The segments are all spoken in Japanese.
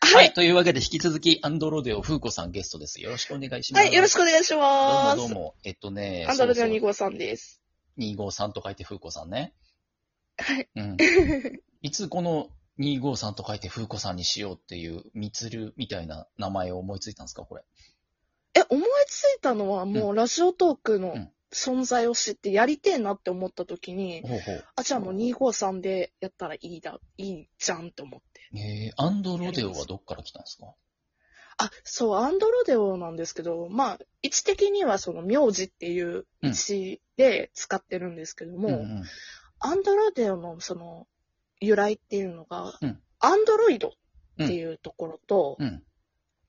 は。はいい。というわけで、引き続き、アンドロデオ、風子さんゲストです。よろしくお願いします。はい、よろしくお願いしまどうもどうす。も。えっとね、アンドロデオ2号。号さんです。 2号さんと書いて風子さんね。はい。 うん。いつこの2号さんと書いて風子さんにしようっていう、みつるみたいな名前を思いついたんですか、これ。え、思いついたのはもうラジオトークのうん存在を知ってやりてえなって思った時に、ほうほう。あ、じゃあもう253でやったらいいだ、いいじゃんって思って。えー、アンドロデオはどっから来たんですかあ、そう、アンドロデオなんですけど、まあ、位置的にはその名字っていう位置で使ってるんですけども、うんうん。アンドロデオのその由来っていうのが、うんアンドロイドっていうところと、うん。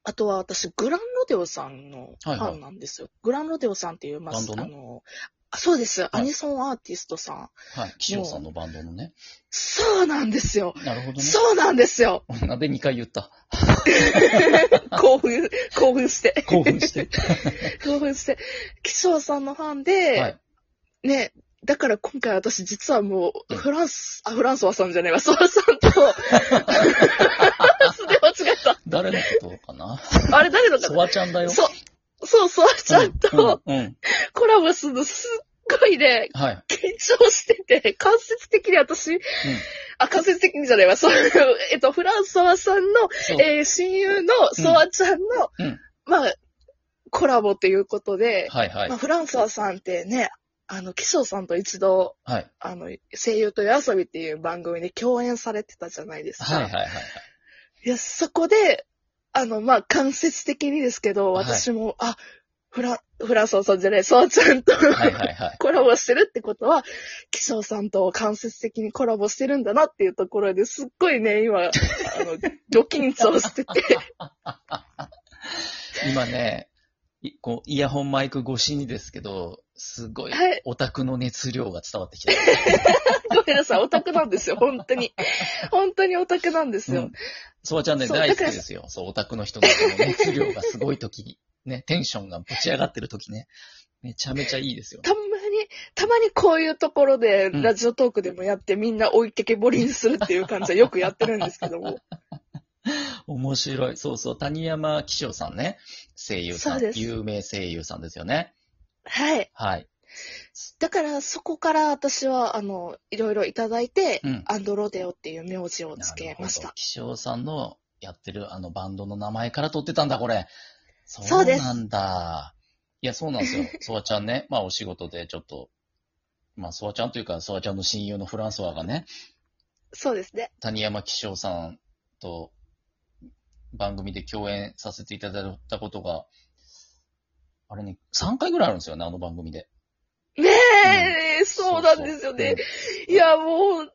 あとは私、グランロデオさんのファンなんですよ。グランロデオさんっていう、まあ、バンドのあの、あそうです、いアニソンアーティストさん。はい。岸尾さんのバンドのね。そうなんですよ。なるほどね。そうなんで すよ。なんで2回言 った興奮、興奮して、興奮して。 興奮して。気象さんのファンで、はい。ね、だから今回私実はもう、うんフランス、あ、フランソワさんじゃないわ、ソワさんと、フ ランスで間違えた。誰のことかなあれ誰のかソなワちゃんだよ。そう、そう、ソワちゃんとうん。うん。うんコラボするのすっごいね、はい。緊張してて、間接的に私、あ、間接的にじゃないわ、そう、えっと、フランソワさんの、そう。えー親友のソワちゃんの、うんまあ、コラボということで、はいはいまあ、。フランソワさんってね、あの、岸尾さんと一度、はい。あの、声優と夜遊びっていう番組で共演されてたじゃないですか。はいはいはい。いや、そこで、あの、まあ、間接的にですけど、はい私も、あ、フラ、フランソワさんじゃない、ソワちゃんと、はいはいはい。 コラボしてるってことは、気象さんと間接的にコラボしてるんだなっていうところですっごいね、今、あの、 ドキンとしてて。今ね、いこう、イヤホンマイク越しにですけど、すごいはい、オタクの熱量が伝わってきた。ごめんなさい、オタクなんですよ、本当 に。本当にオタクなんですうよん。ソワちゃんね、そう大好きですよ。そう、オタクの人のこの熱量がすごい時に、 ね、テンションがぶち上がってる時ね、めちゃめちゃいいですよね。たまに、たまにこういうところで、うんラジオトークでもやってみんな置いてけぼりにするっていう感じはよくやってるんですけども。面白い。そうそう、谷山紀章さんね、声優さそうんで、す有名声優さんですよね。はい。はい。だから、そこから私は、あの、いろいろいただいて、うんアンドロデオっていう名字をつけましなるほどた。。気象さんのやってるあのバンドの名前から取ってたんだ、これ。そうですなんだ。いや、そうなん ですよ。ソワちゃんね、まあお仕事でちょっと、まあソワちゃんというか、ソワちゃんの親友のフランソワがね、そうですね。谷山気象さんと番組で共演させていただいたことが、あれね、3回ぐらいあるんですよね、あの番組で。ねえ、そうなんですよね。いや、もう、ういん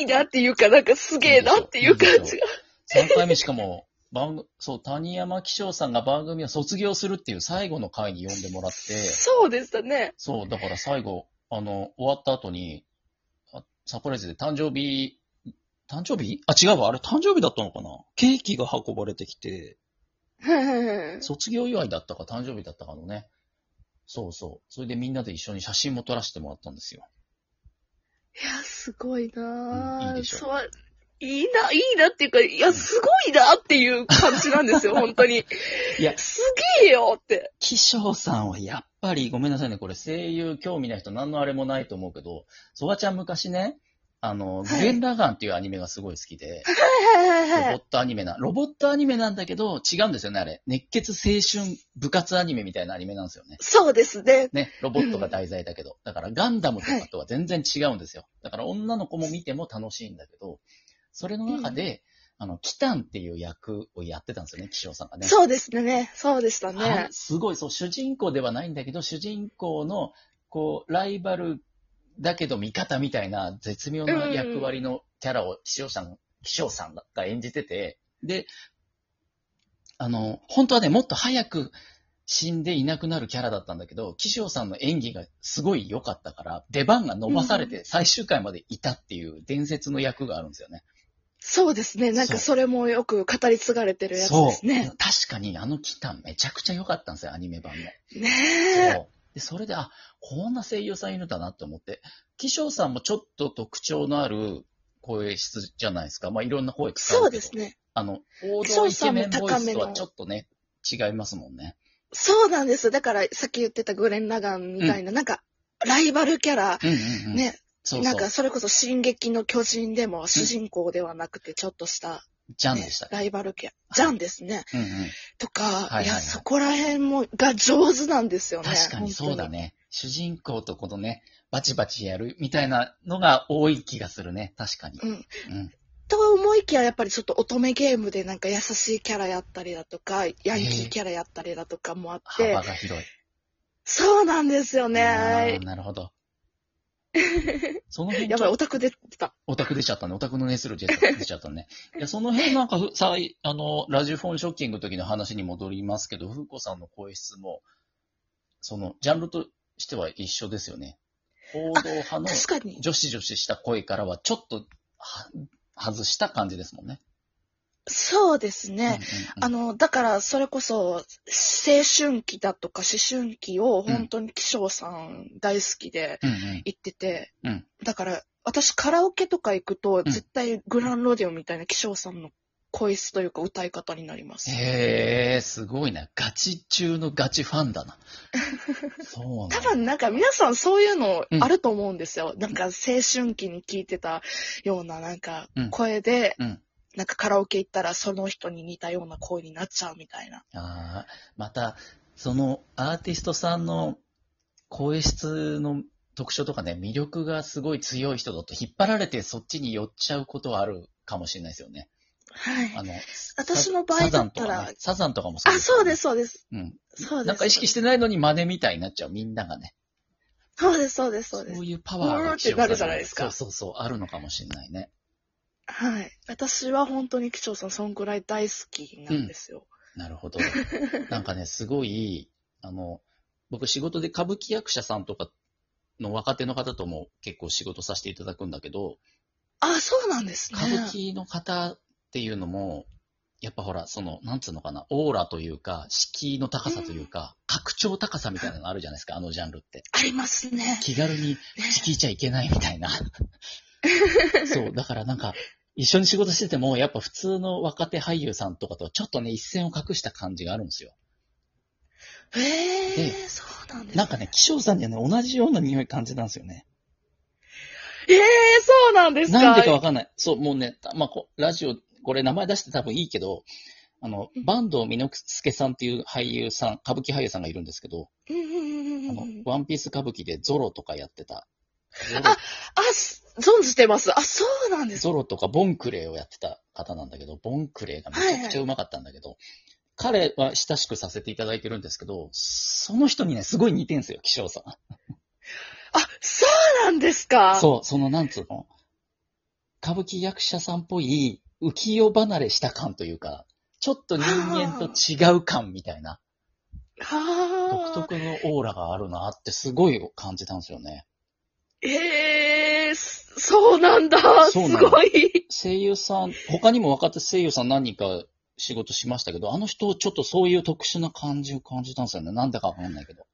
いいなっていうか、なんかすげえなっていう感じが。 3回目しかも、番組そう、谷山紀章さんが番組を卒業するっていう最後の回に呼んでもらって、そうでしたね。そう、だから最後、あの、終わった後に、あサプライズで誕生日、誕生日あ、違うわ、あれ誕生日だったのかなケーキが運ばれてきて、はいはいはい卒業祝いだったか誕生日だったかのね。そうそう。それでみんなで一緒に写真も撮らせてもらったんですよ。いや、すごいなうんいいぁ。でしょそういいな、いいなっていうか、いや、すごいなっていう感じなんで すよ、本当に。いやすげえよって。気象さんはやっぱり、ごめんなさいね、これ声優興味ない人何のあれもないと思うけど、ソワちゃん昔ね、あの、はいグレン・ラガンっていうアニメがすごい好きで、はいはいはいはロボッ。いトアニメな、ロボットアニメなんだけど、違うんですよね、あれ。熱血青春部活アニメみたいなアニメなんですよね。そうですね。ね、ロボットが題材だけど。だからガンダムとかとは全然違うんですよ。だから女の子も見ても楽しいんだけど、それの中で、あの、キタンっていう役をやってたんですよね、気象さんがね。そうですね。そうでしたはねい。すごい、そう、主人公ではないんだけど、主人公の、こう、ライバルだけど味方みたいな絶妙な役割のキャラを気象さん、気象さんが演じてて、で、あの、本当はね、もっと早く死んでいなくなるキャラだったんだけど、気象さんの演技がすごい良かったから、出番が伸ばされて最終回までいたっていう伝説の役があるんですよね。そうですね。なんかそれもよく語り継がれてるやつそですう。ね。確かにあの期間めちゃくちゃ良かったんですよ、アニメ版の。ねえ。そう。で、それで、あ、こんな声優さんいるんだなって思って、気象さんもちょっと特徴のある声質じゃないですか。まあ、いろんな声使そううけでど。すね。あの、王道イケメンボイスとはちょっとね、違いますもんね。そうなんです。だから、さっき言ってたグレン・ラガンみたいな、なんか、ライバルキャラ、うんうんうん。ね、そうなそんうか、。それこそ、進撃の巨人でも、主人公ではなくて、ちょっとした、ジャンねでした。ライバルキャラ、ジャンですね。うんうん。とか、はいはいはいいや、そこら辺も、が上手なんですよね。確かにそうだね。ね。主人公とこのね、バチバチやるみたいなのが多い気がするね。確かに。うん。うん。と思いきや、やっぱりちょっと乙女ゲームでなんか優しいキャラやったりだとか、ヤンキーキャラやったりだとかもあって、幅が広い。そうなんですよねあー。なるほ ど。その辺やちばい、ょっオとタク出てた。オタク出ちゃったね。オタクの熱量出ちゃ出ちゃった ね。いや、その辺なんかふ、さい、あの、ラジフォンショッキングの時の話に戻りますけど、風子さんの声質も、その、ジャンルとしては一緒ですよね。報道派の確かに。女子女子した声からはちょっとは外した感じですもんね。そうですうんうね。んうんあの、だから、それこそ、青春期だとか思春期を本当に気象さん大好きでうんうん行ってて、うんだから、私カラオケとか行くと、ん絶対グランロデオみたいな気象さんの声質というか歌い方になります。へえ、すごいな。ガチ中のガチファンだ な。そうな多んだ分なんか皆さんそういうのあると思うんですよ。なんか青春期に聞いてたようななんかうん声で、うんなんかカラオケ行ったらその人に似たような声になっちゃうみたいな。あーまた、そのアーティストさんの声質の特徴とかね、魅力がすごい強い人だと引っ張られてそっちに寄っちゃうことはあるかもしれないですよね。はいあ。の、私の場合だったら、ササザンとかねサザンとかもそうあ、そうですす、そうです。よね。そううん。です。なんか意識してないのに真似みたいになっちゃう、みんながね。そうです、そうです、そそうですう。いうパワーが希少うーんってなるじゃないですかそうそうそう、あるのかもしれないね。はい。私は本当に貴重さん、そんくらい大好きなんですよ。なるほど。なんかね、すごい、あの、僕仕事で歌舞伎役者さんとかの若手の方とも結構仕事させていただくんだけど、あ、そうなんですね。歌舞伎の方っていうのも、やっぱほら、その、なんつうのかな、オーラというか、敷居の高さというか、拡張高さみたいなのあるじゃないですか、あのジャンルって。ありますね。気軽に聞いちゃいけないみたいな。そう、だからなんか、一緒に仕事してても、やっぱ普通の若手俳優さんとかとはちょっとね、一線を隠した感じがあるんですよ。へえでそうなんです、なんかね、気象さんにはね、同じような匂い感じなんですよね。ええそうなんですか。なんでかわかんない。そう、もうね、たまあ、こラジオ、これ名前出して多分いいけど、あのう、ん坂東美之助さんっていう俳優さん、歌舞伎俳優さんがいるんですけど、うんうんうあんうのん、ワンピース歌舞伎でゾロとかやってた。ゾロあ、す存じてます。あ、そうなんです。ゾロとかボンクレーをやってた方なんだけど、ボンクレーがめちゃくちゃうまかったんだけど、彼は親しくさせていただいてるんですけど、その人にね、すごい似てんすよ、気象さん。あ、そうなんですか。そう、そのなんつうの、歌舞伎役者さんっぽい浮世離れした感というか、ちょっと人間と違う感みたいな、独はあ。特のオーラがあるなってすごい感じたんですよね。ええそそうなんだ。すそうなんだごい。声優さん、他にも若手声優さん何人か仕事しましたけど、あの人ちょっとそういう特殊な感じを感じたんですよね。なんだかわかんないけど。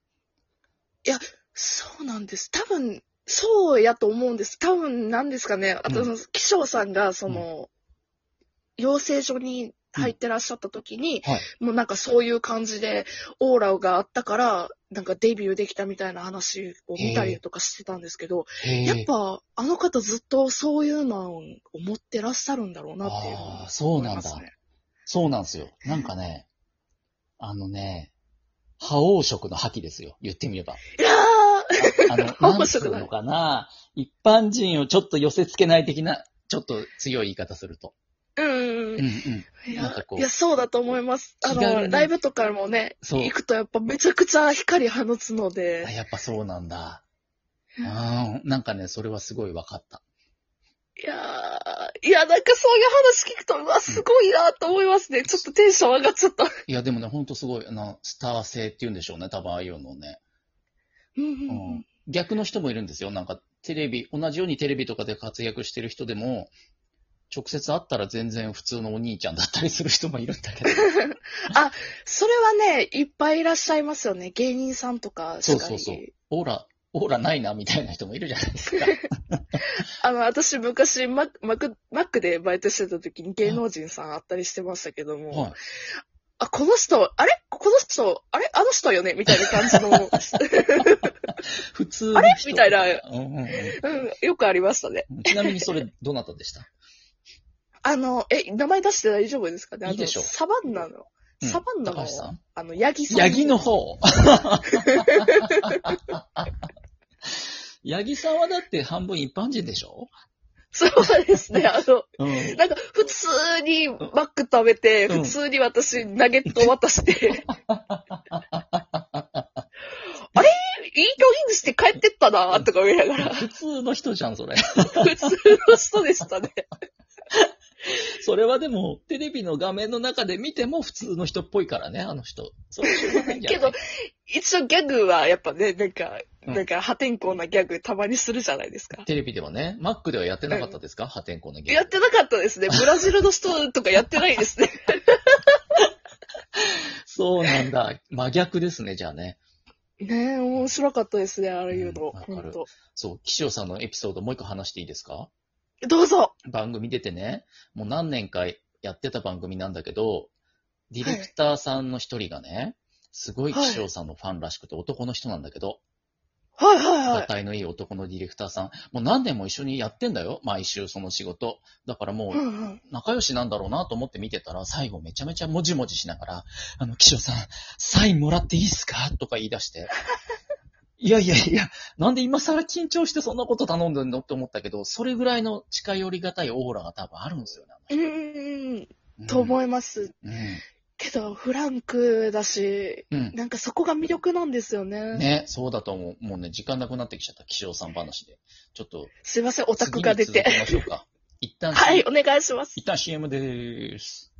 そうなんです。多分、そうやと思うんです。多分、なんですかね。あと、うんその、気象さんが、その、養成所に入ってらっしゃった時に、はい。もうなんかそういう感じで、オーラがあったから、なんかデビューできたみたいな話を見たりとかしてたんですけど、へやっえ。ぱ、あの方ずっとそういうのを持ってらっしゃるんだろうなっていうのあはあ、そう思いなんますだ。ね。そうなんですよ。なんかね、あのね、覇王色の覇気ですよ。言ってみれば。いやあの、覇なん王つ色うだのかな。一般人をちょっと寄せ付けない的な、ちょっと強い言い方すると。ーうんううんん。うん。いなんやかこういや、そうだと思います。あ気軽の、にライブとかもね、そう行くとやっぱめちゃくちゃ光放つのあで、やっぱそうなんだ。ううんん。なんかね、それはすごい分かった。いやーいや、なんかそういう話聞くと、うわ、すごいなと思いますね。ちょっとテンション上がっちゃった。いや、でもね、ほんとすごい、あの、スター性っていうんでしょうね、多分ああいうのね。うんうんううんん。逆の人もいるんですよ。なんか、テレビ、同じようにテレビとかで活躍してる人でも、直接会ったら全然普通のお兄ちゃんだったりする人もいるんだ けど。それはね、いっぱいいらっしゃいますよね。芸人さんとかそしうかそうり。そう。オーラオーラないな、みたいな人もいるじゃないです か。あの、私昔マ、マク、マックでバイトしてた時に芸能人さんあったりしてましたけども、はい。あ、この人、あれこの人、あれあの人よねみたいな感じ の、普通の人あれみたいなうんうんううん、よくありましたね。んちなみにそれ、どなたでしたあの、え、名前出して大丈夫ですかねあのいいでしょうサバンナの、うん サバンナ高の橋、さんあの、ヤギさん。ヤギの方。 ヤギさんはだって半分一般人でしょそうですね。あの、うん。なんか、普通にマック食べて、うん普通に私、ナゲット渡して、 あれイートインして帰ってったなとか見ながら、普通の人じゃん、それ。普通の人でしたね。それはでも、テレビの画面の中で見ても普通の人っぽいからね、あの人。それはしょうがないんじゃないけど、一応ギャグはやっぱね、なんか、うんなんか破天荒なギャグたまにするじゃないですか。テレビではね、マックではやってなかったですか、破天荒なゲーム。やってなかったですね。ブラジルの人とかやってな いですね。そうなんだ。真逆ですね、じゃあね。ねえ、面白かったですね、ああいうの。うんわかる本当。そう、岸尾さんのエピソードもう一個話していいですかどうぞ番組出てね、もう何年かやってた番組なんだけど、ディレクターさんの一人がね、すごい岸尾さんのファンらしくて、男の人なんだけど、はいはいはがい。たいのいい男のディレクターさん、もう何年も一緒にやってんだよ、毎週その仕事。だからもう、うんうん仲良しなんだろうなと思って見てたら、最後めちゃめちゃもじもじしながら、あの、岸尾さん、サインもらっていいっすかとか言い出 して。いやいやいや、なんで今更緊張してそんなこと頼んでんのって思ったけど、それぐらいの近寄りがたいオーラが多分あるんですよね。うんうんうん。うんと思います。うん。けど、フランクだし、うん。なんかそこが魅力なんですよね。ね、そうだと思う。もうね、時間なくなってきちゃった、岸尾さん話で。ちょっと、すいません、オタク次がに出続けて。ましょうか。一旦、はい、お願いします。一旦 CM でーす。